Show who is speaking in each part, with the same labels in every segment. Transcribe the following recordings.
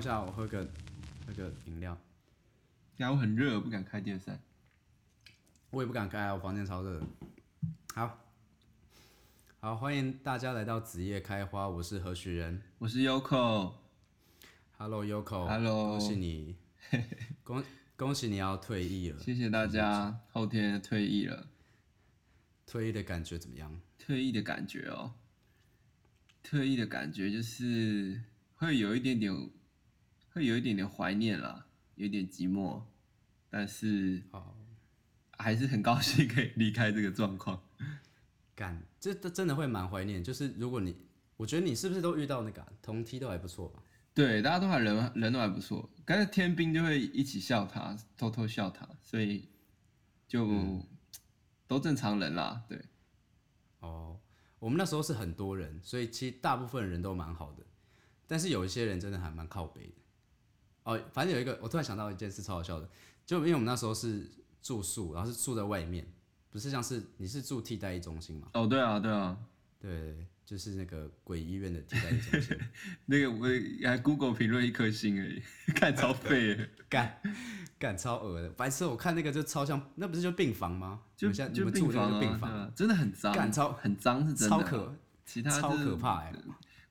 Speaker 1: 下，我喝个那个饮料。
Speaker 2: 然后很热，不敢开电扇。
Speaker 1: 我也不敢开啊，我房间超热的。好，好，欢迎大家来到子夜开花，我是何许人
Speaker 2: 我是 Yoko，
Speaker 1: ，Hello Yoko。
Speaker 2: Hello
Speaker 1: 恭喜 你，恭恭喜你要退役了。
Speaker 2: 谢谢大家，后天退役了，
Speaker 1: 退役的感觉怎么样？
Speaker 2: 退役的感觉哦，退役的感觉就是会有一点点，会有一点点怀念啦，有一点寂寞，但是
Speaker 1: 好，
Speaker 2: 还是很高兴可以离开这个状况。
Speaker 1: 感这这真的会蛮怀念，就是如果你，我觉得你是不是都遇到那个啊、同梯都还不错吧？
Speaker 2: 对，大家都还人人都还不错，但是天兵就会一起笑他，偷偷笑他，所以就、都正常人啦。对，
Speaker 1: 哦，我们那时候是很多人，所以其实大部分人都蛮好的，但是有一些人真的还蛮靠北的。哦，反正有一个，我突然想到一件事，超好笑的，就因为我们那时候是住宿，然后是住在外面，不是像是你是住替代役中心嘛？
Speaker 2: 哦，对啊，对啊，
Speaker 1: 对，就是那个鬼医院的替代役中 心。
Speaker 2: 那个我还 Google 评论一颗星而已，看超废的，
Speaker 1: 干干超恶的，白痴！我看那个就超像，那不是就病房吗？你
Speaker 2: 就
Speaker 1: 们现在你
Speaker 2: 就
Speaker 1: 们住的
Speaker 2: 病
Speaker 1: 那
Speaker 2: 房
Speaker 1: 个
Speaker 2: 啊
Speaker 1: 病
Speaker 2: 对
Speaker 1: 房，
Speaker 2: 啊，真的很脏，
Speaker 1: 干超
Speaker 2: 很脏是真的
Speaker 1: 超
Speaker 2: 啊，
Speaker 1: 可
Speaker 2: 其他
Speaker 1: 超
Speaker 2: 就是
Speaker 1: 可怕哎、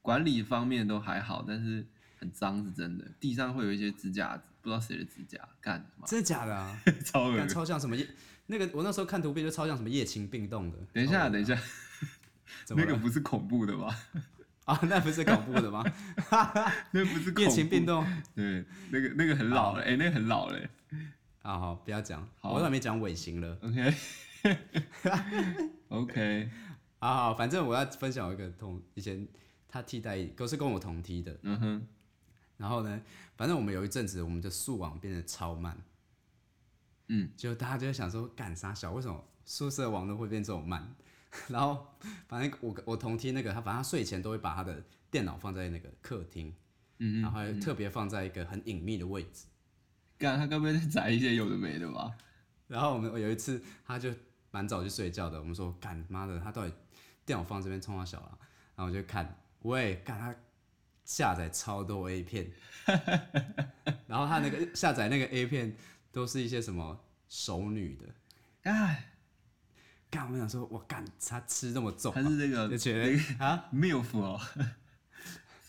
Speaker 2: 管理方面都还好，但是很脏是真的，地上会有一些指甲，不知道谁的指甲，干妈
Speaker 1: 真的假的啊？
Speaker 2: 超恶
Speaker 1: 干
Speaker 2: 心。
Speaker 1: 超像什么夜？那个我那时候看图片就超像什么夜勤病栋的。哦
Speaker 2: 等一
Speaker 1: 超恶
Speaker 2: 下，
Speaker 1: 的
Speaker 2: 等一 下，
Speaker 1: 怎么
Speaker 2: 那
Speaker 1: 了
Speaker 2: 个不是恐怖的吧？
Speaker 1: 啊，那不是恐怖 的吗？
Speaker 2: 那 不是恐怖
Speaker 1: 夜勤病栋
Speaker 2: 对，那个那个很老了，哎、那个很老 了欸。
Speaker 1: 啊，好，不要讲，
Speaker 2: 好
Speaker 1: 我都还没讲尾行了
Speaker 2: OK OK，
Speaker 1: 啊。好反正我要分享一个同以前他替代役都是跟我同梯的，
Speaker 2: 嗯哼，
Speaker 1: 然后呢，反正我们有一阵子我们的速网变得超慢，
Speaker 2: 嗯，
Speaker 1: 就大家就会想说，干啥小？为什么宿舍网都会变这么慢？ 然后反正我我同梯那个他，反正他睡前都会把他的电脑放在那个客厅，
Speaker 2: 嗯
Speaker 1: 然后还特别放在一个很隐秘的位置。
Speaker 2: 干他该不会在宰一些有的没的吧？
Speaker 1: 然后我们有一次，他就蛮早去睡觉的。我们说，干妈的，他到底电脑放这边冲他小了。然后我就看，喂，干他下载超多 A 片，然后他那个下载那个 A 片都是一些什么熟女的。
Speaker 2: 哎，
Speaker 1: 干，我想说，我干他吃那么重啊、
Speaker 2: 他是那个
Speaker 1: 就觉得啊，
Speaker 2: MILF 哦，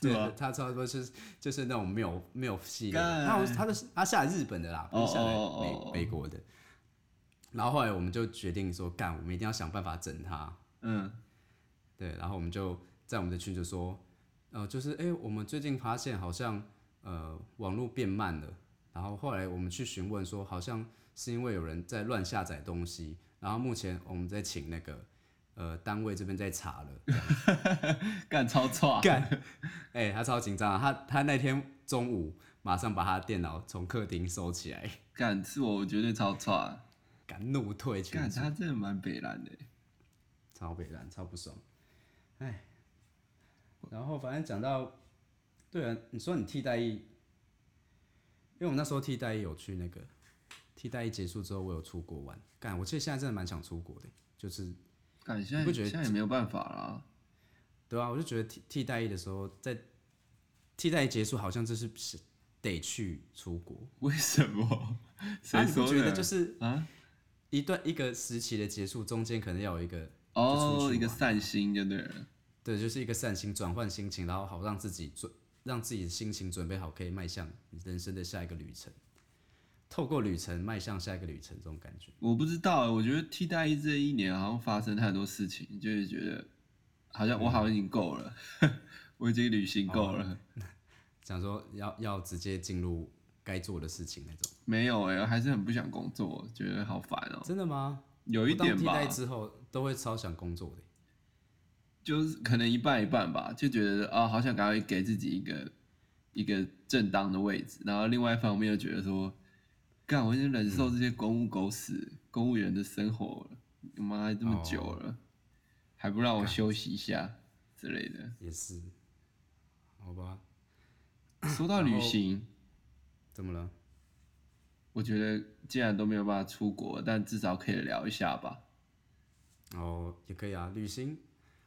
Speaker 2: 是吧
Speaker 1: 对，他差不多就是就是那种没有没有系列
Speaker 2: 啊干
Speaker 1: 的，他他就是他下来日本的啦，不
Speaker 2: 哦
Speaker 1: 是下来美、
Speaker 2: 哦哦哦
Speaker 1: 美国的。然后后来我们就决定说，干，我们一定要想办法整他。
Speaker 2: 嗯，
Speaker 1: 对，然后我们就在我们的群就说，呃，就是哎、诶我们最近发现好像呃网络变慢了，然后后来我们去询问说，好像是因为有人在乱下载东西，然后目前我们在请那个呃单位这边在查了，
Speaker 2: 干超 差，
Speaker 1: 干，哎、他超紧张啊，他他那天中午马上把他电脑从客厅收起来，
Speaker 2: 干是我，我绝对超差。
Speaker 1: 敢怒退群
Speaker 2: 干
Speaker 1: 组
Speaker 2: 他真的蛮北蓝的欸，
Speaker 1: 超北蓝，超不爽，哎。然后反正讲到，对啊，你说你替代役，因为我们那时候替代役有去那个替代役结束之后，我有出国玩。干，我其实现在真的蛮想出国的，就是
Speaker 2: 干现在
Speaker 1: 你不觉得
Speaker 2: 现在也没有办法啦。
Speaker 1: 对啊，我就觉得替替代役的时候，在替代役结束，好像就是是得去出国。
Speaker 2: 为什么？
Speaker 1: 啊，
Speaker 2: 谁
Speaker 1: 你不
Speaker 2: 说
Speaker 1: 觉得
Speaker 2: 的？
Speaker 1: 就是
Speaker 2: 啊，
Speaker 1: 一段一个时期的结束，中间可能要有一个就出
Speaker 2: 哦，
Speaker 1: 去
Speaker 2: 一个
Speaker 1: 玩
Speaker 2: 散心就对了。
Speaker 1: 对，就是一个散心，转换心情，然后好让自己准让自己的心情准备好，可以迈向你人生的下一个旅程。透过旅程迈向下一个旅程，这种感觉。
Speaker 2: 我不知道欸，我觉得替代役这一年好像发生太多事情，就是觉得好像我好像已经够了， 我已经旅行够了。
Speaker 1: 哦想说要要直接进入该做的事情那种，
Speaker 2: 没有哎、我还是很不想工作，觉得好烦哦、
Speaker 1: 真的吗？
Speaker 2: 有一
Speaker 1: 我当
Speaker 2: 点
Speaker 1: 替
Speaker 2: 吧
Speaker 1: 代，之后都会超想工作的。
Speaker 2: 就是可能一半一半吧，就觉得啊、好想赶快给自己一个一个正当的位置，然后另外一方面又觉得说，干，我已经忍
Speaker 1: 嗯
Speaker 2: 受这些公务狗屎、公务员的生活了，妈这么久
Speaker 1: 哦
Speaker 2: 了，还不让我休息一下之类的。
Speaker 1: 也是，好吧？
Speaker 2: 说到
Speaker 1: 然
Speaker 2: 旅
Speaker 1: 后
Speaker 2: 行。
Speaker 1: 怎么了？
Speaker 2: 我觉得既然都没有办法出国，但至少可以聊一下吧。
Speaker 1: 哦，也可以啊，旅行。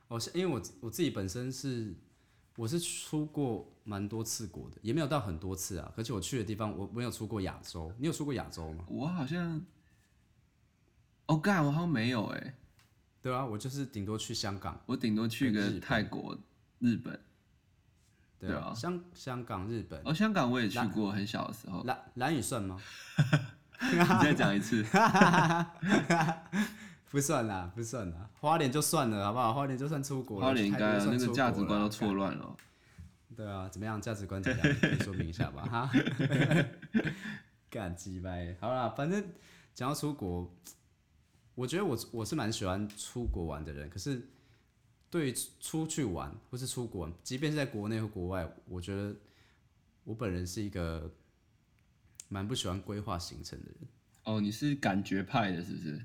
Speaker 1: 哦，是因为我我自己本身是，我是出过蛮多次国的，也没有到很多次啊。而且我去的地方，我没有出过亚洲。你有出过亚洲吗？
Speaker 2: 我好像，哦，干，我好像没有哎、
Speaker 1: 对啊，我就是顶多去香港，
Speaker 2: 我顶多去
Speaker 1: 日
Speaker 2: 个
Speaker 1: 本
Speaker 2: 泰国、日本。
Speaker 1: 对
Speaker 2: 对啊
Speaker 1: 香香港、日本，
Speaker 2: 哦，香港我也去过，很小的时候。
Speaker 1: 蓝蓝屿算吗？
Speaker 2: 你再讲一次，
Speaker 1: 不算啦，不算啦，花莲就算了，好不好？花莲就算出国了，
Speaker 2: 花莲
Speaker 1: 泰
Speaker 2: 该
Speaker 1: 国
Speaker 2: 啊
Speaker 1: 就
Speaker 2: 那
Speaker 1: 算
Speaker 2: 个
Speaker 1: 出
Speaker 2: 价
Speaker 1: 国
Speaker 2: 值观
Speaker 1: 了
Speaker 2: 都错乱了。
Speaker 1: 对啊，怎么样？价值观怎么样？可以说明一下吧，哈。 干鸡掰，好啦，反正讲到出国，我觉得我我是蛮喜欢出国玩的人，可是对于出出去玩或是出国玩，即便是在国内或国外，我觉得我本人是一个蛮不喜欢规划行程的人。
Speaker 2: 哦，你是感觉派的，是不是？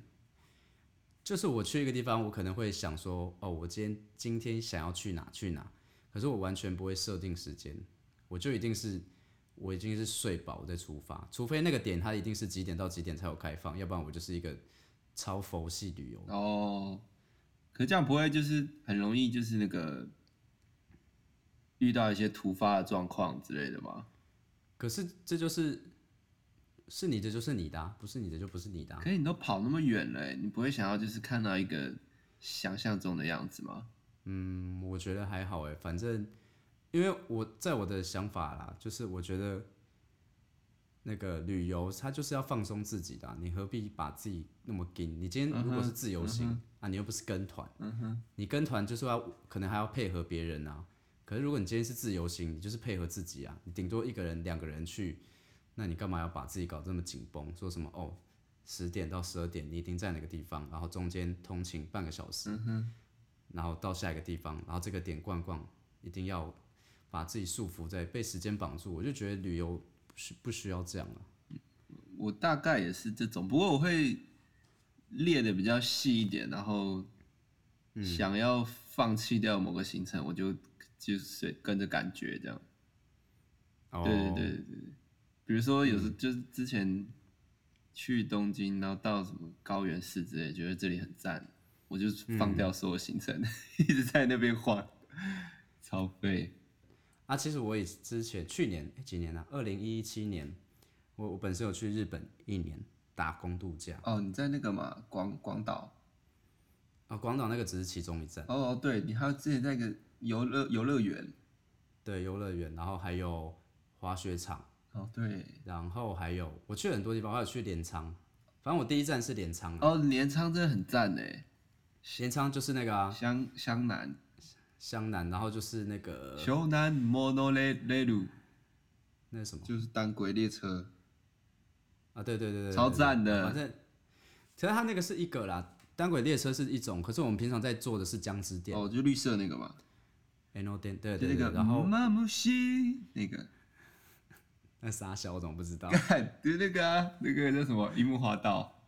Speaker 1: 就是我去一个地方，我可能会想说，哦，我今天今天想要去哪去哪，可是我完全不会设定时间，我就一定是我已经是睡饱我再出发，除非那个点它一定是几点到几点才有开放，要不然我就是一个超佛系旅游。
Speaker 2: 哦，可这样不会就是很容易就是那个遇到一些突发的状况之类的吗？
Speaker 1: 可是这就是是你的就是你的、啊，不是你的就不是你的啊、
Speaker 2: 可是你都跑那么远了欸，你不会想要就是看到一个想象中的样子吗？
Speaker 1: 嗯，我觉得还好诶，反正因为我在我的想法啦，就是我觉得那个旅游它就是要放松自己的啊、你何必把自己那么紧？你今天如果是自由行、啊，你又不是跟团，你跟团就是要可能还要配合别人啊。可是如果你今天是自由行，你就是配合自己啊，你顶多一个人、两个人去，那你干嘛要把自己搞这么紧绷？说什么哦，十点到十二点你一定在哪个地方，然后中间通勤半个小时，然后到下一个地方，然后这个点逛逛，一定要把自己束缚在被时间绑住。我就觉得旅游不需不需要这样了、
Speaker 2: 我大概也是这种，不过我会列的比较细一点，然后
Speaker 1: 嗯
Speaker 2: 想要放弃掉某个行程，我就就随跟着感觉这样。
Speaker 1: 哦嗯
Speaker 2: 对对对对对，比如说有时就是之前去东京，然后到什么高原寺之类，觉得这里很赞，我就
Speaker 1: 嗯
Speaker 2: 放掉所有行程，一直在那边晃，超费。
Speaker 1: 啊，其实我也之前去年诶几年啊，二零一七年，我我本身有去日本一年打工度假
Speaker 2: 哦，你在那个嘛广广岛？
Speaker 1: 啊，广岛那个只是其中一站，
Speaker 2: 哦哦，对你还有之前在一个游乐游乐园。
Speaker 1: 对，游乐园，然后还有滑雪场，
Speaker 2: 哦，对，
Speaker 1: 然后还有我去很多地方，我还有去镰仓，反正我第一站是镰仓啊，
Speaker 2: 哦，镰仓真的很赞诶，
Speaker 1: 镰仓就是那个啊
Speaker 2: 湘湘南，
Speaker 1: 湘南，然后就是那个
Speaker 2: 湘南 mono re re u
Speaker 1: 那是什么。
Speaker 2: 就是单轨列车。
Speaker 1: 啊，对对对对，
Speaker 2: 超
Speaker 1: 对
Speaker 2: 赞的
Speaker 1: 反正，其实它那个是一个啦，单轨列车是一种，可是我们平常在坐的是江之电
Speaker 2: 哦，就绿色那个嘛，
Speaker 1: ，N O 电，对
Speaker 2: 就
Speaker 1: 对
Speaker 2: 那
Speaker 1: 对，
Speaker 2: 个嗯
Speaker 1: 然后
Speaker 2: 马木西那个。
Speaker 1: 那傻小我怎么不知道？
Speaker 2: 看，就 那个啊，那个叫什么樱木花道，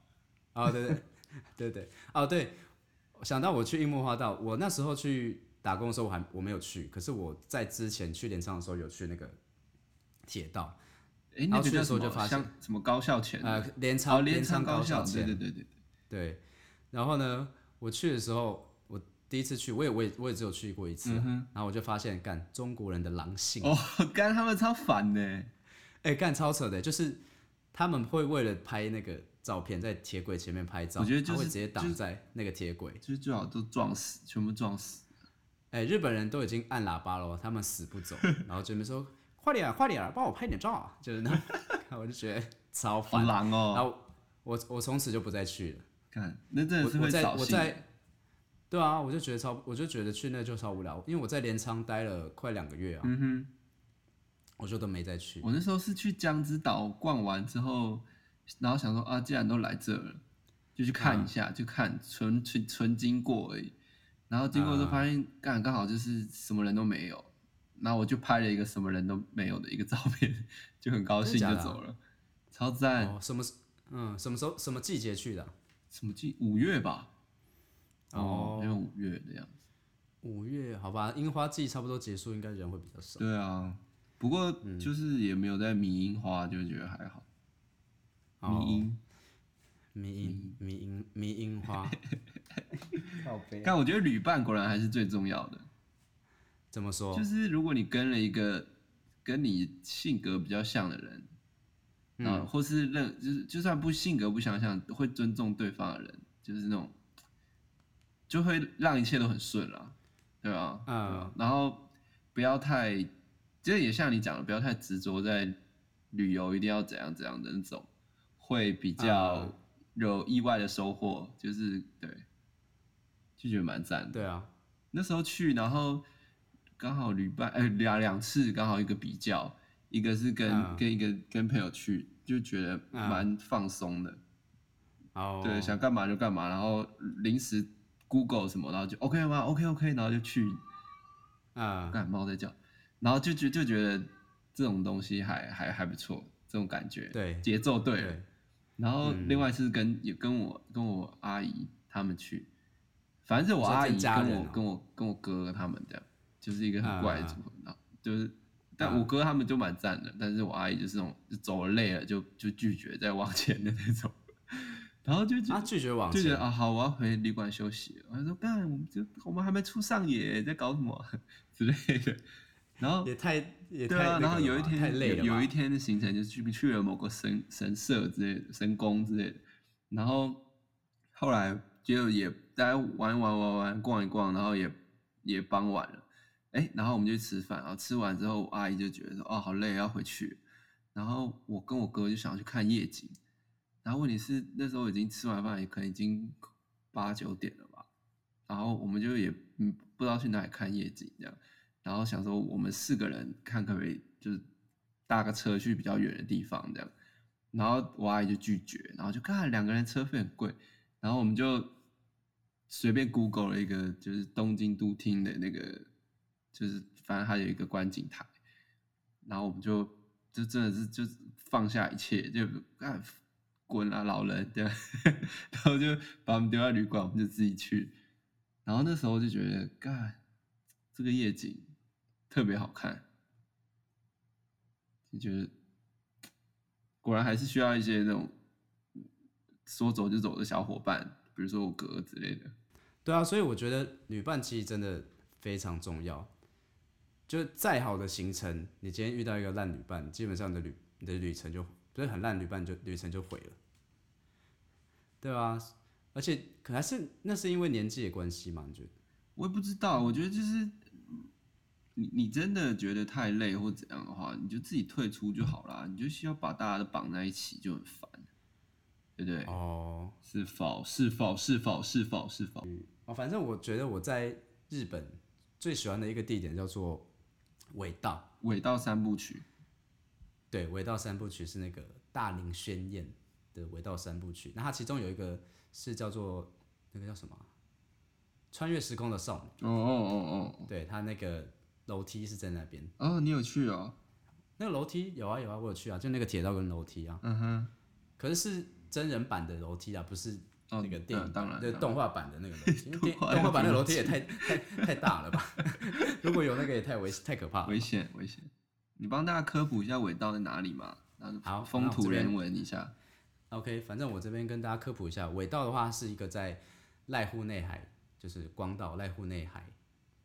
Speaker 1: 哦，对对对对，哦对，想到我去樱木花道，我那时候去打工的时候，我还我没有去，可是我在之前去镰仓的时候有去那个铁道，
Speaker 2: 哎、
Speaker 1: 然
Speaker 2: 那
Speaker 1: 后
Speaker 2: 个
Speaker 1: 去
Speaker 2: 叫
Speaker 1: 的
Speaker 2: 什
Speaker 1: 时候
Speaker 2: 么？
Speaker 1: 就发现
Speaker 2: 像什么高校前
Speaker 1: 呃，镰
Speaker 2: 哦，
Speaker 1: 仓
Speaker 2: 镰
Speaker 1: 仓
Speaker 2: 高
Speaker 1: 校
Speaker 2: 对
Speaker 1: 线
Speaker 2: 对对对，
Speaker 1: 对，然后呢，我去的时候，我第一次去，我也我也我也只有去过一
Speaker 2: 嗯
Speaker 1: 次啊、然后我就发现，干中国人的狼性，哎、
Speaker 2: 哦，干他们超烦的，
Speaker 1: 干超扯的，欸就是他们会为了拍那个照片，在铁轨前面拍照，
Speaker 2: 我觉得就
Speaker 1: 他会
Speaker 2: 是
Speaker 1: 直接挡在那个铁轨。
Speaker 2: 就是最好都撞死，全部撞死。
Speaker 1: 哎、日本人都已经按喇叭了，哦他们死不走，然后这边说快点啊快点啊，帮我拍点照啊，就是那， 我就觉得超
Speaker 2: 好
Speaker 1: 烦，
Speaker 2: 狼
Speaker 1: 然
Speaker 2: 哦，
Speaker 1: 后我我从此就不再去了。
Speaker 2: 看那真的是
Speaker 1: 我我
Speaker 2: 会
Speaker 1: 在
Speaker 2: 扫
Speaker 1: 我
Speaker 2: 兴的。
Speaker 1: 在，对啊，我就觉得超，我就觉得去那就超无聊，因为我在镰仓待了快两个月啊，
Speaker 2: 嗯哼，
Speaker 1: 我就都没再去。
Speaker 2: 我那时候是去江之岛逛完之后，然后想说啊，既然都来这了，就去看一下，就看纯纯纯经过而已。然后经过之后发现，干、刚好就是什么人都没有，然后我就拍了一个什么人都没有的一个照片，就很高兴
Speaker 1: 真的假
Speaker 2: 就
Speaker 1: 的啊
Speaker 2: 走了，超赞。
Speaker 1: 哦，什么时嗯，什么时候什么季节去的啊、
Speaker 2: 什么季？五月吧？
Speaker 1: 哦
Speaker 2: 因为五月的样子。
Speaker 1: 五月，好吧，樱花季差不多结束，应该人会比较少。
Speaker 2: 对啊，不过就是也没有在迷樱花，就觉得还好。
Speaker 1: 哦
Speaker 2: 迷樱，
Speaker 1: 迷樱迷樱迷樱 花，
Speaker 2: 但我觉得旅伴果然还是最重要的。
Speaker 1: 怎么说？
Speaker 2: 就是如果你跟了一个跟你性格比较像的人，
Speaker 1: 嗯
Speaker 2: 啊，或是认就是就算不性格不相像，会尊重对方的人，就是那种就会让一切都很顺啦，对吧？
Speaker 1: 嗯
Speaker 2: 对吧然后不要太，这也像你讲的，不要太执着在旅游一定要怎样怎样的那种，会比较
Speaker 1: 嗯
Speaker 2: 有意外的收获，就是对，就觉得蛮赞的。
Speaker 1: 对啊，
Speaker 2: 那时候去，然后刚好旅伴呃两两次，刚好一个比较，一个是跟、
Speaker 1: 嗯
Speaker 2: 跟一个跟朋友去，就觉得
Speaker 1: 嗯
Speaker 2: 蛮放松的，
Speaker 1: 哦，
Speaker 2: 对，想干嘛就干嘛，然后临时 Google 什么，然后就 OK 吗？OK OK，然后就去，
Speaker 1: 嗯，
Speaker 2: 干猫在叫，然后就觉就觉得这种东西还还还不错，这种感觉，
Speaker 1: 对
Speaker 2: 节奏对了
Speaker 1: 对，
Speaker 2: 然后
Speaker 1: 嗯
Speaker 2: 另外是跟也跟我跟我阿姨他们去，反正是我阿姨
Speaker 1: 你说跟家
Speaker 2: 跟
Speaker 1: 人
Speaker 2: 我
Speaker 1: 哦
Speaker 2: 跟我跟我哥哥他们这样，就是一个很怪的
Speaker 1: 啊
Speaker 2: 组合。然后就是，但
Speaker 1: 啊
Speaker 2: 我哥他们就蛮赞的，但是我阿姨就是那种就走了累了就就拒绝再往前的那种， 然后就觉
Speaker 1: 他拒绝往
Speaker 2: 就觉
Speaker 1: 前
Speaker 2: 得，啊好，我要回旅馆休息了。我就说干，我们就我们还没出上野，在搞什么啊 之类的。然后
Speaker 1: 也太也
Speaker 2: 对
Speaker 1: 太
Speaker 2: 啊，
Speaker 1: 那
Speaker 2: 然后
Speaker 1: 个了
Speaker 2: 有一
Speaker 1: 吧
Speaker 2: 天
Speaker 1: 太累
Speaker 2: 有
Speaker 1: 了
Speaker 2: 有
Speaker 1: 吧
Speaker 2: 一天的行程就是去去了某个神神社之类的、神宫之类的，然后后来就也大家玩一玩玩玩逛一逛，然后也也傍晚了，哎，然后我们就去吃饭，然后吃完之后，我阿姨就觉得说哦好累要回去，然后我跟我哥就想要去看夜景，然后问题是那时候已经吃完饭，也可能已经八九点了吧，然后我们就也嗯不知道去哪里看夜景这样，然后想说我们四个人看可不可以就是搭个车去比较远的地方这样，然后我阿姨就拒绝，然后就看两个人车费很贵，然后我们就随便 Google 了一个就是东京都厅的那个，就是反正它有一个观景台，然后我们就就真的是就是放下一切，就干滚啊老人这样， 然后就把我们丢在旅馆，我们就自己去。然后那时候就觉得，干这个夜景特别好看，就觉得果然还是需要一些那种说走就走的小伙伴，比如说我哥之类的。
Speaker 1: 对啊，所以我觉得旅伴其实真的非常重要。就再好的行程，你今天遇到一个烂旅伴，基本上你的旅你的旅程就不是很烂，旅伴就旅程就毁了，对啊，而且可还是那是因为年纪的关系嘛？你觉得？
Speaker 2: 我也不知道，我觉得就是嗯你你真的觉得太累或怎样的话，你就自己退出就好啦，你就需要把大家都绑在一起就很烦，对不对？
Speaker 1: 哦
Speaker 2: 是否？是否？是否？是否？是否？
Speaker 1: 哦，反正我觉得我在日本最喜欢的一个地点叫做尾道，
Speaker 2: 尾道三部曲，
Speaker 1: 对，尾道三部曲是那个大林宣彦的尾道三部曲。那它其中有一个是叫做那个叫什么啊、穿越时空的少女》。
Speaker 2: 哦哦哦
Speaker 1: 对，它那个楼梯是在那边。
Speaker 2: 哦哦，你有去哦？
Speaker 1: 那个楼梯有啊有啊，我有去啊，就那个铁道跟楼梯啊。
Speaker 2: 嗯哼，
Speaker 1: 可是是真人版的楼梯啊，不是
Speaker 2: 哦，
Speaker 1: 那个电影
Speaker 2: 嗯当
Speaker 1: 版、
Speaker 2: 然，
Speaker 1: 对
Speaker 2: 当然
Speaker 1: 动画版的那个楼 梯，因为电
Speaker 2: 动画
Speaker 1: 动画版的
Speaker 2: 版的
Speaker 1: 楼梯也太太太大了吧？ 如果有那个也太危太可怕了。
Speaker 2: 危险危险。你帮大家科普一下尾道在哪里嘛？然后
Speaker 1: 好
Speaker 2: 风
Speaker 1: 那我
Speaker 2: 土
Speaker 1: 这边
Speaker 2: 人文一下。
Speaker 1: OK，反正我这边跟大家科普一下，尾道的话是一个在濑户内海，就是光岛濑户内海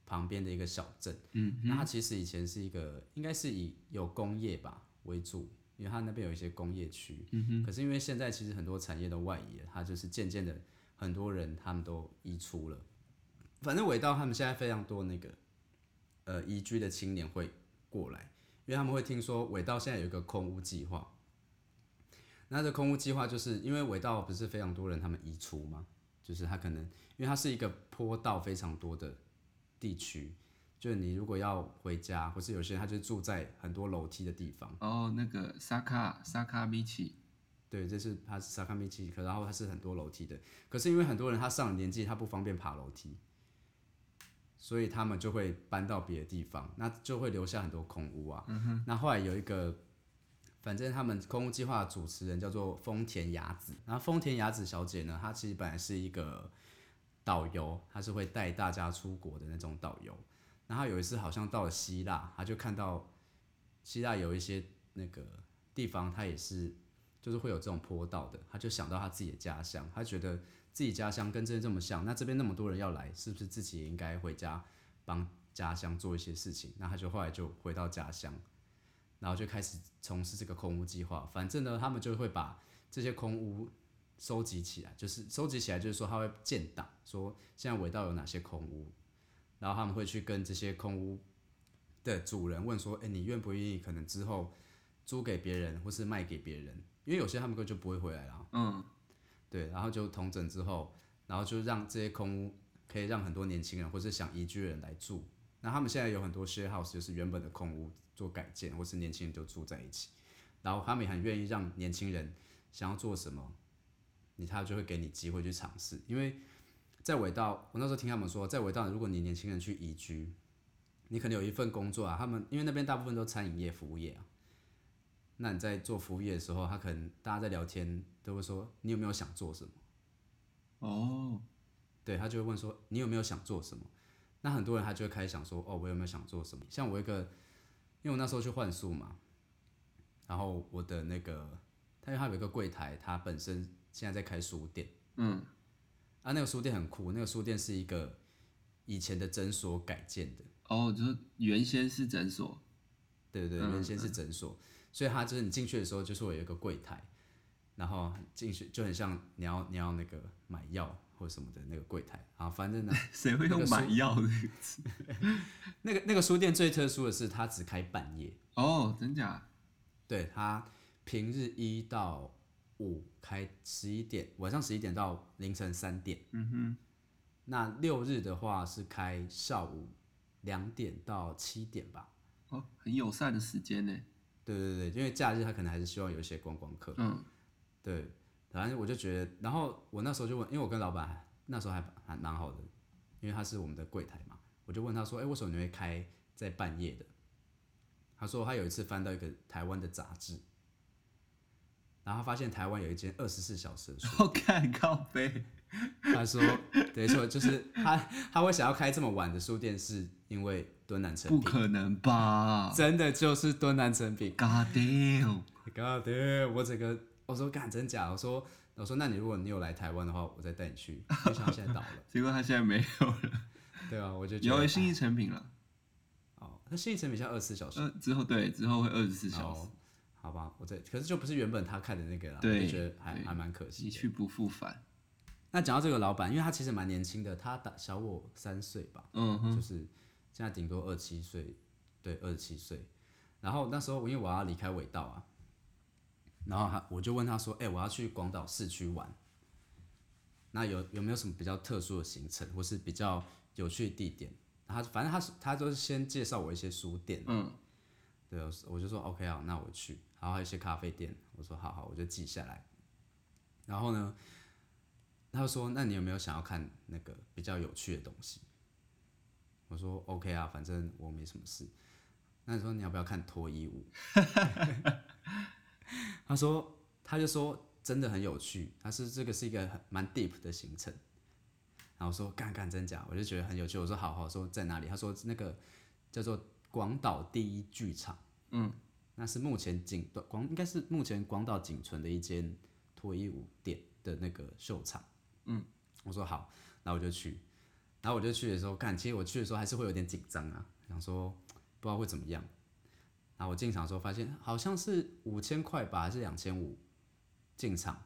Speaker 1: 旁边的一个小镇。
Speaker 2: 嗯
Speaker 1: 那它其实以前是一个，应该是以有工业吧为主，因为它那边有一些工业区。
Speaker 2: 嗯哼，
Speaker 1: 可是因为现在其实很多产业都外移了，它就是渐渐的很多人他们都移出了。反正尾道他们现在非常多那个呃移居的青年会过来，因为他们会听说尾道现在有一个空屋计划。那这空屋计划就是因为尾道不是非常多人他们移出吗？就是它可能因为它是一个坡道非常多的地区，就是你如果要回家，或是有些人他就住在很多楼梯的地方。
Speaker 2: 然后哦那个萨卡萨卡米奇，
Speaker 1: 对，这是它是萨卡米奇，可然后它是很多楼梯的。可是因为很多人他上了年纪，他不方便爬楼梯，所以他们就会搬到别的地方，那就会留下很多空屋啊。那后来有一个，反正他们空屋计划的主持人叫做丰田雅子，然后丰田雅子小姐呢，她其实本来是一个导游，她是会带大家出国的那种导游。然后她有一次好像到了希腊，她就看到希腊有一些那个地方，它也是就是会有这种坡道的，他就想到他自己的家乡，他觉得自己家乡跟这边这么像，那这边那么多人要来，是不是自己也应该回家帮家乡做一些事情，那他就后来就回到家乡，然后就开始从事这个空屋计划。反正呢，他们就会把这些空屋收集起来，就是收集起来，就是说他会建档，说现在围道有哪些空屋，然后他们会去跟这些空屋的主人问说，哎、你愿不愿意可能之后租给别人或是卖给别人？因为有些他们根本就不会回来啦。
Speaker 2: 嗯，
Speaker 1: 对，然后就同整之后，然后就让这些空屋可以让很多年轻人或是想移居的人来住。那他们现在有很多 share house，就是原本的空屋做改建，或是年轻人就住在一起。然后他们也很愿意让年轻人想要做什么，你他就会给你机会去尝试。因为在伟道，我那时候听他们说，在伟道，如果你年轻人去移居，你可能有一份工作啊。他们因为那边大部分都餐饮业、服务业啊。那你在做服务业的时候，他可能大家在聊天都会说你有没有想做什么？
Speaker 2: 哦，
Speaker 1: 对他就会问说你有没有想做什么？那很多人他就会开始想说哦，我有没有想做什么？像我一个，因为我那时候去换宿嘛，然后我的那个，他因为他有一个柜台，他本身现在在开书店
Speaker 2: 嗯，
Speaker 1: 啊，那个书店很酷，那个书店是一个以前的诊所改建的，
Speaker 2: 哦，就是原先是诊所，
Speaker 1: 对对对，
Speaker 2: 嗯
Speaker 1: 原先是诊所，所以它就是你进去的时候就是会有一个柜台，然后进去就很像你要你要那个买药或什么的那个柜台啊，反正呢。
Speaker 2: 谁会用买药的？
Speaker 1: 那个那个书店最特殊的是，它只开半夜，
Speaker 2: 哦，真假？
Speaker 1: 对，它平日一到五开十一点，晚上十一点到凌晨三点。
Speaker 2: 嗯哼，
Speaker 1: 那六日的话是开下午两点到七点吧。
Speaker 2: 哦，很友善的时间呢。
Speaker 1: 对对对，因为假日他可能还是希望有一些观光客。
Speaker 2: 嗯，
Speaker 1: 对，反正我就觉得，然后我那时候就问，因为我跟老板还那时候还还蛮好的，因为他是我们的柜台嘛，我就问他说，哎、为什么你会开在半夜的？他说他有一次翻到一个台湾的杂志，然后他发现台湾有一间二十四小时的书，
Speaker 2: 我看哦靠背。
Speaker 1: 他说， 没错，就是他他会想要开这么晚的书店，是因为敦南成
Speaker 2: 不
Speaker 1: 品，
Speaker 2: 可能吧
Speaker 1: 真的就是敦南成品。
Speaker 2: ？God damn！
Speaker 1: God damn！我整个我说干真假？我说我说那你如果你有来台湾的话，我再带你去，因为像他现 在倒了，
Speaker 2: 结果他现在没有了，
Speaker 1: 对啊，我就觉
Speaker 2: 有
Speaker 1: 得
Speaker 2: 新一成品了。
Speaker 1: 哦，那新一城比较二十四小时，
Speaker 2: 呃，之后对，之后会二十四小时
Speaker 1: 哦，，好吧，我这可是就不是原本他看的那个啦，我
Speaker 2: 对
Speaker 1: 就觉得还
Speaker 2: 对
Speaker 1: 还蛮可惜
Speaker 2: 一
Speaker 1: 的。
Speaker 2: 去不复返。
Speaker 1: 那讲到这个老板，因为他其实蛮年轻的，他打小我三岁吧，
Speaker 2: 嗯哼，
Speaker 1: 就是现在顶多二七岁，对，二十七岁。然后那时候因为我要离开尾道啊，然后他我就问他说：“哎、我要去广岛市区玩，那有有没有什么比较特殊的行程，或是比较有趣的地点？”他反正他是他都是先介绍我一些书店，啊
Speaker 2: 嗯，
Speaker 1: 对，我就说 OK 好，那我去。然后还有一些咖啡店，我说好好，我就记下来。然后呢，他就说：“那你有没有想要看那个比较有趣的东西？”我说 OK 啊，反正我没什么事。那你说你要不要看脱衣舞？ 他说，他就说真的很有趣，他是这个是一个很蛮 deep 的行程。然后我说干干真假，我就觉得很有趣。我说好好，说在哪里？他说那个叫做广岛第一剧场，
Speaker 2: 嗯，
Speaker 1: 那是目前仅广应该是目前广岛仅存的一间脱衣舞店的那个秀场。嗯，我说好，然后我就去。然后我就去的时候，看，其实我去的时候还是会有点紧张啊，想说不知道会怎么样。然后我进场的时候发现好像是五千块吧，还是两千五进场，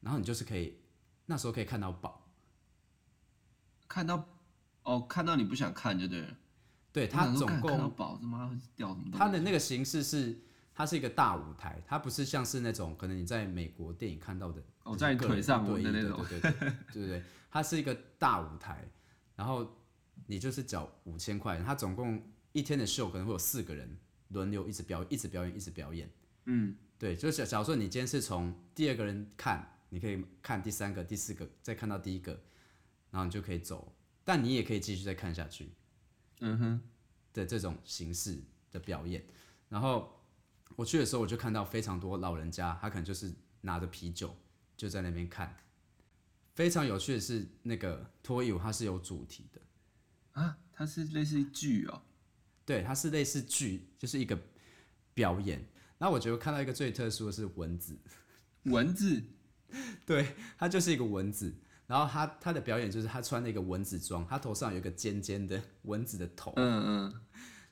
Speaker 1: 然后你就是可以那时候可以看到宝，
Speaker 2: 看到哦，看到你不想看就对了。
Speaker 1: 对它
Speaker 2: 我想说
Speaker 1: 总
Speaker 2: 干看到
Speaker 1: 共
Speaker 2: 宝，他妈会掉什么东西？
Speaker 1: 它的那个形式是它是一个大舞台，它不是像是那种可能你在美国电影看到的
Speaker 2: 哦在你
Speaker 1: 个人
Speaker 2: 腿上
Speaker 1: 对
Speaker 2: 纹的
Speaker 1: 弈
Speaker 2: 那种
Speaker 1: 对对对对对对，它是一个大舞台，然后你就是缴五千块，它总共一天的秀可能会有四个人轮流一直表一直表演一直表演。
Speaker 2: 嗯，
Speaker 1: 对，就是假如说你今天是从第二个人看，你可以看第三个、第四个，再看到第一个，然后你就可以走，但你也可以继续再看下去
Speaker 2: 嗯哼，
Speaker 1: 的这种形式的表演。然后我去的时候，我就看到非常多老人家，他可能就是拿着啤酒就在那边看。非常有趣的是，那个脱衣舞它是有主题的，
Speaker 2: 啊，它是类似于剧哦，
Speaker 1: 对，它是类似剧，就是一个表演。然后我觉得看到一个最特殊的是蚊子，
Speaker 2: 蚊子
Speaker 1: 对，它就是一个蚊子。然后他他的表演就是他穿了一个蚊子装，他头上有一个尖尖的蚊子的头，
Speaker 2: 嗯嗯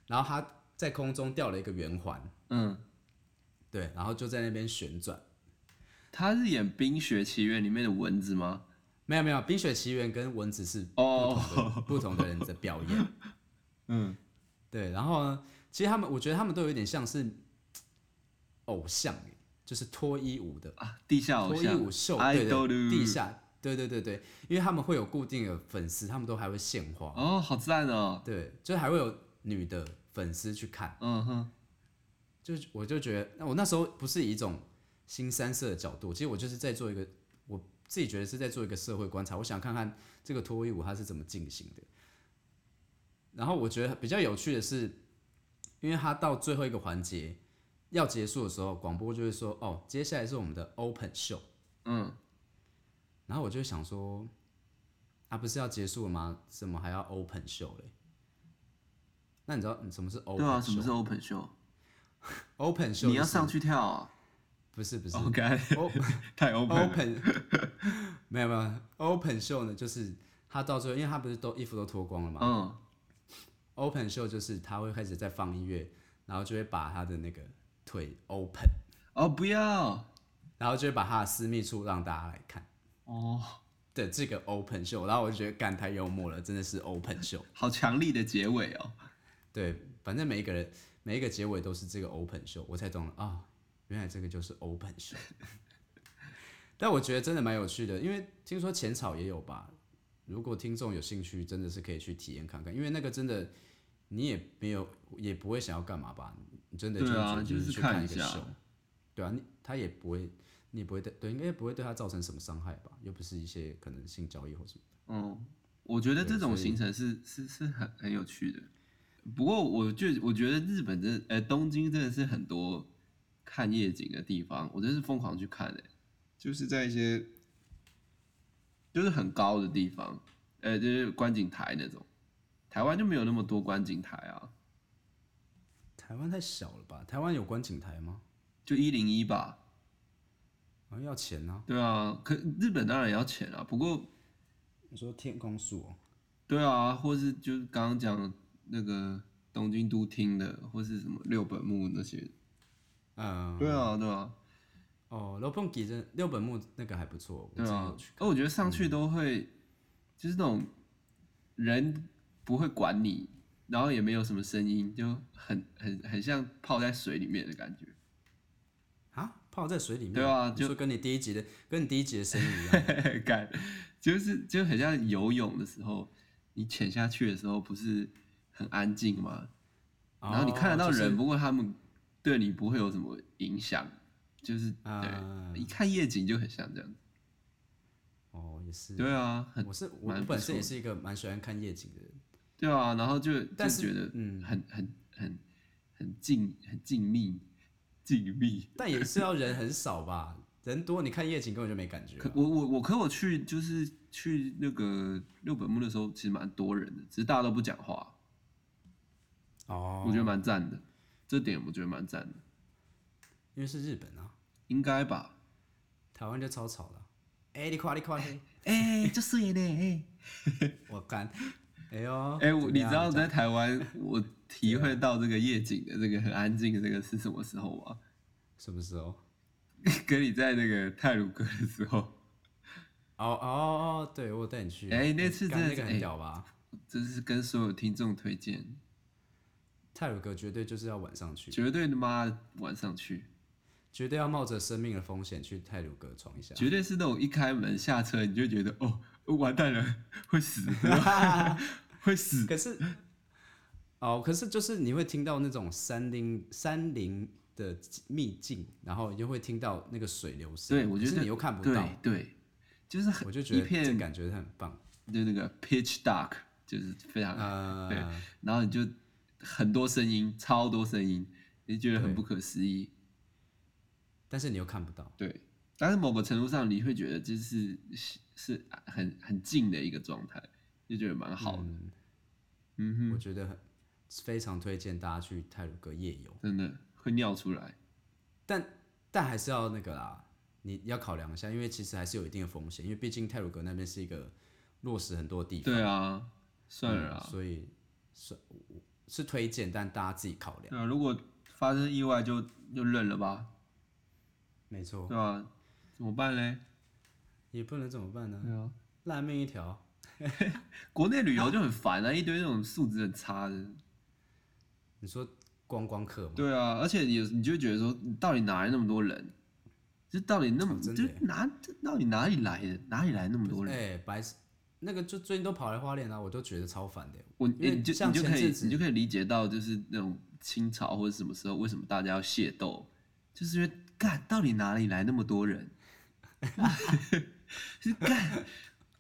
Speaker 1: 然后他在空中吊了一个圆环，
Speaker 2: 嗯，
Speaker 1: 对，然后就在那边旋转。
Speaker 2: 他是演《冰雪奇缘》里面的蚊子吗？
Speaker 1: 没有没有，《冰雪奇缘》跟蚊子是不同
Speaker 2: 哦
Speaker 1: 的、不同的人的表演。
Speaker 2: 嗯，
Speaker 1: 对，然后呢，其实他们，我觉得他们都有点像是嘖偶像耶，就是脱衣舞的
Speaker 2: 啊，地下偶
Speaker 1: 脱衣
Speaker 2: 像
Speaker 1: 舞秀，对对，
Speaker 2: ，idol
Speaker 1: 地下，对对对对，因为他们会有固定的粉丝，他们都还会献花，
Speaker 2: 哦，好赞哦，
Speaker 1: 对，就还会有女的粉丝去看，
Speaker 2: 嗯哼，
Speaker 1: 就是我就觉得，那我那时候不是以一种新三色的角度，其实我就是在做一个，我自己觉得是在做一个社会观察，我想看看这个脱衣舞它是怎么进行的。然后我觉得比较有趣的是，因为它到最后一个环节要结束的时候，广播就会说：“哦，接下来是我们的 open show。
Speaker 2: 嗯，”
Speaker 1: 然后我就想说，啊，不是要结束了吗？怎么还要 open show 嘞？那你知道嗯什么是 open
Speaker 2: 对
Speaker 1: show？
Speaker 2: 啊，什么是 open show？
Speaker 1: open show？
Speaker 2: 你要
Speaker 1: 就是
Speaker 2: 上？去跳啊哦
Speaker 1: 不是不是
Speaker 2: ？OK，
Speaker 1: o
Speaker 2: 太 open 了
Speaker 1: open 没有没有 open show 呢，就是他到最后，因为他不是都衣服都脱光了嘛、
Speaker 2: 嗯
Speaker 1: o p e n show 就是他会开始在放音乐，然后就会把他的那个腿 open，
Speaker 2: 哦，不要
Speaker 1: 然后就会把他的私密处让大家来看。
Speaker 2: 哦，
Speaker 1: 对，这个 open show，然后我就觉得干太幽默了，真的是 open show。
Speaker 2: 好强力的结尾哦。
Speaker 1: 对，反正每一个人每一个结尾都是这个 open show，我才懂了啊、原来这个就是 open show。但我觉得真的蛮有趣的，因为听说浅草也有吧。如果听众有兴趣，真的是可以去体验看看，因为那个真的你也没有也不会想要干嘛吧，你真的
Speaker 2: 对
Speaker 1: 是
Speaker 2: 啊
Speaker 1: 觉得
Speaker 2: 就是
Speaker 1: 是去
Speaker 2: 看
Speaker 1: 一
Speaker 2: 一
Speaker 1: 个
Speaker 2: 下
Speaker 1: show，对啊，你他也不会，你也不会对对，应该不会对他造成什么伤害吧，又不是一些可能性交易或什么。
Speaker 2: 嗯，我觉得
Speaker 1: 对
Speaker 2: 这种
Speaker 1: 所以
Speaker 2: 行程是是是很很有趣的。不过我就我觉得日本真呃东京真的是很多看夜景的地方，我真是疯狂去看的、就是在一些就是很高的地方，呃，就是观景台那种。台湾就没有那么多观景台啊，
Speaker 1: 台湾太小了吧？台湾有观景台吗？
Speaker 2: 就一零一吧，
Speaker 1: 好像要钱啊！
Speaker 2: 对啊，可日本当然也要钱啊，不过
Speaker 1: 你说天空树、哦？
Speaker 2: 对啊，或是就是刚刚讲那个东京都厅的，或是什么六本木那些，
Speaker 1: 嗯，
Speaker 2: 对啊对啊
Speaker 1: 哦，罗蹦迪真六本木那个还不错，我
Speaker 2: 对
Speaker 1: 之前
Speaker 2: 啊
Speaker 1: 有去，嗯
Speaker 2: 而我觉得上去都会、就是那种人不会管你，然后也没有什么声音，就很很很像泡在水里面的感觉。
Speaker 1: 啊，泡在水里面，
Speaker 2: 对啊
Speaker 1: 就说跟你第一集的跟你第一集的声音一样，
Speaker 2: 感，就是就很像游泳的时候，你潜下去的时候不是很安静吗？ 然后你看得
Speaker 1: 哦
Speaker 2: 到人，不过他们对你不会有什么影响，就是对，
Speaker 1: 啊
Speaker 2: 一看夜景就很像这样。
Speaker 1: 哦，也是，
Speaker 2: 对啊，很
Speaker 1: 我是我
Speaker 2: 蛮
Speaker 1: 我
Speaker 2: 不
Speaker 1: 本身也
Speaker 2: 错
Speaker 1: 是一个蛮喜欢看夜景的人，
Speaker 2: 对啊，然后就就
Speaker 1: 但是
Speaker 2: 觉得
Speaker 1: 嗯
Speaker 2: 很很很很静很静谧静谧。
Speaker 1: 但也是要人很少吧，人多你看夜景根本就没感觉啊、
Speaker 2: 可我我我可我去就是去那个六本木的时候，其实蛮多人的，只是大家都不讲话，
Speaker 1: 哦，
Speaker 2: 我觉得蛮赞的，这点我觉得蛮赞的，
Speaker 1: 因为是日本啊，
Speaker 2: 应该吧。
Speaker 1: 台湾就超吵了、哎、你快你快，嘿
Speaker 2: 哎、就是耶嘞！
Speaker 1: 我干，哎呦，
Speaker 2: 哎、我
Speaker 1: 怎么
Speaker 2: 你
Speaker 1: 样
Speaker 2: 知道在 台湾我体会到这个夜景的这个很安静的这个是什么时候吗？
Speaker 1: 什么时候？
Speaker 2: 跟你在那个泰鲁阁的时候，
Speaker 1: 哦哦哦，对我有带你去，
Speaker 2: 哎那次
Speaker 1: 干
Speaker 2: 真的
Speaker 1: 那个
Speaker 2: 是
Speaker 1: 很
Speaker 2: 哎
Speaker 1: 屌吧？
Speaker 2: 这是跟所有听众推荐，
Speaker 1: 泰鲁阁绝对就是要晚上去，
Speaker 2: 绝对他妈晚上去，
Speaker 1: 绝对要冒着生命的风险去泰鲁阁闯一下。
Speaker 2: 绝对是那种一开门下车你就觉得哦完蛋了会死， 会死，
Speaker 1: 可 是，哦，可是就是你会听到那种山林山林的秘境，然后你就会听到那个水流声，
Speaker 2: 对我觉
Speaker 1: 可
Speaker 2: 得
Speaker 1: 是
Speaker 2: 那
Speaker 1: 你又看不到
Speaker 2: 对，对，就是很
Speaker 1: 我就觉
Speaker 2: 一
Speaker 1: 得这
Speaker 2: 片
Speaker 1: 感觉很棒。
Speaker 2: 就那个 pitch dark，就是非常
Speaker 1: 呃
Speaker 2: 对，然后你就很多声音，超多声音，你就觉得很
Speaker 1: 对
Speaker 2: 不可思议。
Speaker 1: 但是你又看不到，
Speaker 2: 对，但是某个程度上，你会觉得这是是是很很近的一个状态，就觉得蛮好的。
Speaker 1: 嗯
Speaker 2: 嗯哼，
Speaker 1: 我觉得很非常推荐大家去泰鲁阁夜游，
Speaker 2: 真的会尿出来。
Speaker 1: 但但还是要那个啦，你要考量一下，因为其实还是有一定的风险，因为毕竟泰鲁格那边是一个落实很多的地方，
Speaker 2: 对啊，算
Speaker 1: 嗯
Speaker 2: 了啦，
Speaker 1: 所以是是推荐，但大家自己考量。
Speaker 2: 对啊，如果发生意外就就认了吧，
Speaker 1: 没错，
Speaker 2: 对吧、怎么办嘞？
Speaker 1: 也不能怎么办呢？
Speaker 2: 对啊，
Speaker 1: 烂命一条。
Speaker 2: 国内旅游就很烦啊，一堆那种素质很差的。
Speaker 1: 你说观光客嘛，
Speaker 2: 对啊，而且也你就会觉得说，到底哪来那么多人？就到底那么、
Speaker 1: 哦真的
Speaker 2: 就
Speaker 1: 耶
Speaker 2: 哪这到底哪里来的？哪里来那么
Speaker 1: 不
Speaker 2: 多
Speaker 1: 是哎、
Speaker 2: 人？
Speaker 1: 白痴那个就最近都跑来花莲了、我都觉得超烦的。
Speaker 2: 我
Speaker 1: 因为
Speaker 2: 你就
Speaker 1: 像
Speaker 2: 你就可
Speaker 1: 前阵
Speaker 2: 以
Speaker 1: 子
Speaker 2: 你就可以理解到，就是那种清朝或者什么时候为什么大家要械斗，就是因为干到底哪里来那么多人？ 就是干，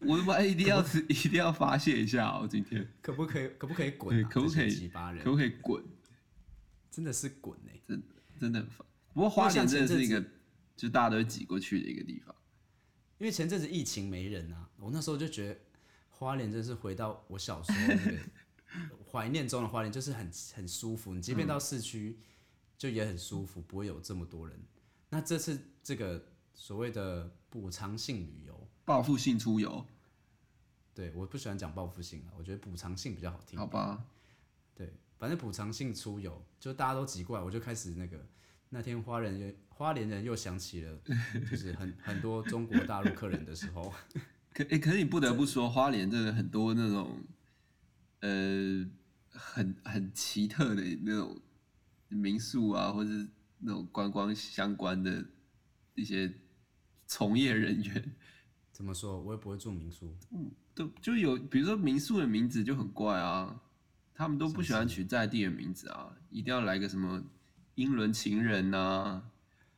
Speaker 2: 我他妈一定要一定要发泄一下哦，今天
Speaker 1: 可不可以？可不可以滚、
Speaker 2: 对
Speaker 1: 啊？
Speaker 2: 可不可以
Speaker 1: 这些鸡巴人
Speaker 2: 可不可以滚？
Speaker 1: 真的是滚哎、
Speaker 2: 真的很烦。不过花莲真的是
Speaker 1: 因为像
Speaker 2: 一
Speaker 1: 前
Speaker 2: 个，就大家都会挤过去的一个地方。
Speaker 1: 因为前阵子疫情没人啊，我那时候就觉得花莲真是回到我小时候那个怀念中的花莲，就是很很舒服。你即便到市区，就也很舒服，不会有这么多人。那这次这个所谓的补偿性旅游，
Speaker 2: 报复性出游，
Speaker 1: 对，我不喜欢讲报复性啊，我觉得补偿性比较好听。
Speaker 2: 好吧，
Speaker 1: 对，反正补偿性出游，就大家都挤过来，我就开始那个那天花人人花莲人又想起了，就是很很多中国大陆客人的时候，
Speaker 2: 可诶、可是你不得不说，花莲真的很多那种，呃，很很奇特的那种民宿啊，或是那种观光相关的一些从业人员，
Speaker 1: 怎么说，我也不会住民宿，
Speaker 2: 都就有，比如说民宿的名字就很怪啊，他们都不喜
Speaker 1: 什
Speaker 2: 欢
Speaker 1: 么
Speaker 2: 取在地的名字啊，一定要来个什么英伦情人啊、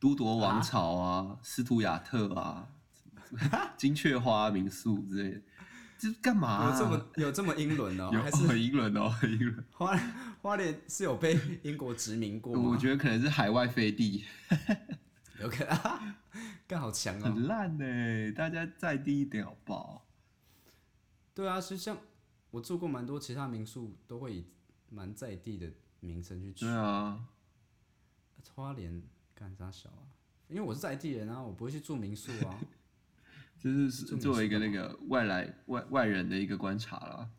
Speaker 2: 都铎王朝啊、斯图亚特啊、 金雀花民宿之类的，这干嘛、
Speaker 1: 有
Speaker 2: 啊？
Speaker 1: 这么有这么英伦哦，
Speaker 2: 有
Speaker 1: 还是
Speaker 2: 哦英伦哦，很英伦。
Speaker 1: 花花莲是有被英国殖民过吗？
Speaker 2: 我觉得可能是海外飞地，
Speaker 1: 有可能， 干好强哦，
Speaker 2: 很烂呢、大家在地一点好不好？
Speaker 1: 对啊，是像我住过蛮多其他民宿，都会以蛮在地的名称去取
Speaker 2: 对，啊，
Speaker 1: 花莲干啥小啊？因为我是在地人啊，我不会去住民宿 啊。
Speaker 2: 就是
Speaker 1: 这么
Speaker 2: 作为一个
Speaker 1: 说
Speaker 2: 那个外来外外人的一个观察啦。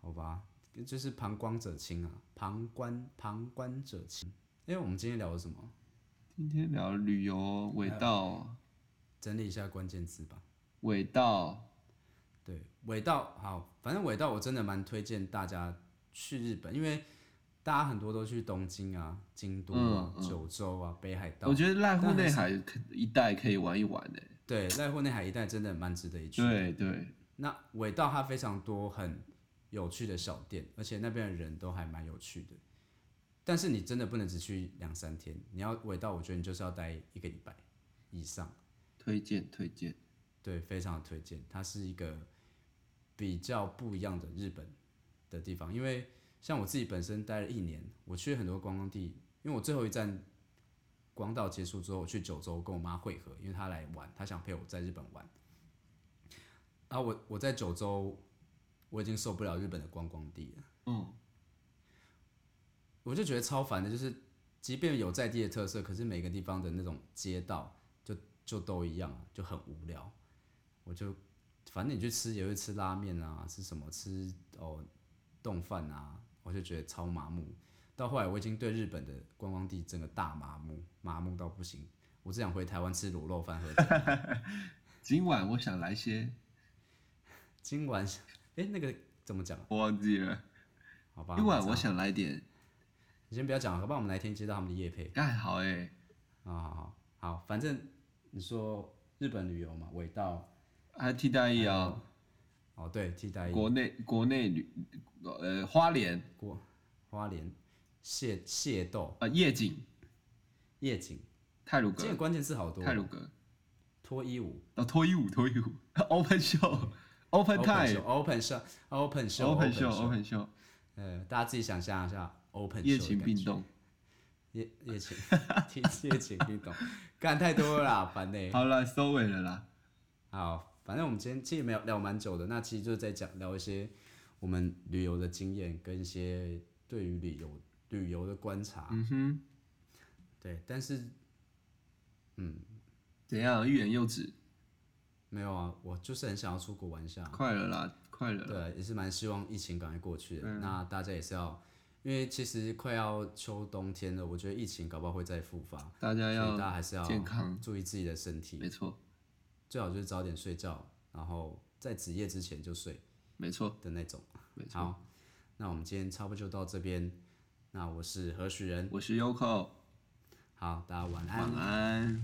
Speaker 1: 好吧，就是旁观者清啊，旁观旁观者清。因为我们今天聊了什么？
Speaker 2: 今天聊旅游
Speaker 1: 还
Speaker 2: 轨
Speaker 1: 有
Speaker 2: 道，
Speaker 1: 整理一下关键字吧。
Speaker 2: 轨道，
Speaker 1: 对，尾道好，反正尾道我真的蛮推荐大家去日本，因为大家很多都去东京啊、京都啊
Speaker 2: 嗯、嗯
Speaker 1: 九州啊、北海道
Speaker 2: 我。觉得濑户
Speaker 1: 但还
Speaker 2: 内
Speaker 1: 是
Speaker 2: 海可一带可以玩一玩的、
Speaker 1: 对，濑户内海一带真的蛮值得一去。
Speaker 2: 对对，
Speaker 1: 那尾道它非常多很有趣的小店，而且那边的人都还蛮有趣的。但是你真的不能只去两三天，你要尾道，我觉得你就是要待一个礼拜以上。
Speaker 2: 推荐推荐。
Speaker 1: 对，非常推荐。它是一个比较不一样的日本的地方，因为像我自己本身待了一年，我去很多观光地，因为我最后一站广岛结束之后，我去九州跟我妈会合，因为她来玩，她想陪我在日本玩。然后我我在九州，我已经受不了日本的观光地了，
Speaker 2: 嗯，
Speaker 1: 我就觉得超烦的，就是即便有在地的特色，可是每个地方的那种街道就就都一样啊，就很无聊。我就反正你去吃也会吃拉面啊，吃什么吃哦冻饭啊，我就觉得超麻木。到后来我已经对日本的观光地整个大麻木，麻木到不行。我只想回台湾吃卤肉饭喝酒。
Speaker 2: 今晚我想来些，
Speaker 1: 今晚，哎、那个怎么讲？
Speaker 2: 我忘记了。
Speaker 1: 好吧，
Speaker 2: 今晚
Speaker 1: 没
Speaker 2: 啊我
Speaker 1: 差，
Speaker 2: 想来点，
Speaker 1: 你先不要讲，好不好？我们哪一天接到他们的夜配
Speaker 2: 干好哎、
Speaker 1: 啊？好好好，反正你说日本旅游嘛，尾道
Speaker 2: 还替代役啊，
Speaker 1: 哦，对，替代役
Speaker 2: 国内国内旅，呃，花莲
Speaker 1: 过花莲械械斗
Speaker 2: 啊、夜景
Speaker 1: 夜景，
Speaker 2: 泰鲁
Speaker 1: 今天
Speaker 2: 阁
Speaker 1: 关键字好多
Speaker 2: 泰，鲁阁，
Speaker 1: 脱衣舞。
Speaker 2: 哦，脱衣舞脱衣舞 ，Open Show，Open
Speaker 1: Open
Speaker 2: Time，Open
Speaker 1: Show Open Show Show，
Speaker 2: Show，Open Show，
Speaker 1: 呃，大家自己想象一下 Open
Speaker 2: 夜
Speaker 1: Show
Speaker 2: 情
Speaker 1: 的感
Speaker 2: 并
Speaker 1: 觉
Speaker 2: 动。
Speaker 1: 夜夜情夜情运动，干太多了啦，烦呢、
Speaker 2: 好了，收尾了啦。
Speaker 1: 好，反正我们今天其实没有聊蛮久的，那其实就是在讲聊一些我们旅游的经验跟一些对于旅游旅
Speaker 2: 嗯
Speaker 1: 游的观察。
Speaker 2: 嗯哼。
Speaker 1: 对，但是
Speaker 2: 怎样欲言又止？
Speaker 1: 没有啊，我就是很想要出国玩一下。
Speaker 2: 快了啦，快了啦。
Speaker 1: 对，也是蛮希望疫情赶快过去的。
Speaker 2: 嗯
Speaker 1: 那大家也是要，因为其实快要秋冬天了，我觉得疫情搞不好会再复发，
Speaker 2: 大家
Speaker 1: 所以大家
Speaker 2: 要
Speaker 1: 还是要
Speaker 2: 健康，
Speaker 1: 注意自己的身体，
Speaker 2: 没错，
Speaker 1: 最好就是早点睡觉，然后在子夜之前就睡
Speaker 2: 没错，
Speaker 1: 的那种。啊
Speaker 2: 没错。
Speaker 1: 好，那我们今天差不多就到这边。那我是何许人，
Speaker 2: 我是 Yoko，
Speaker 1: 好，大家晚安
Speaker 2: 晚。安。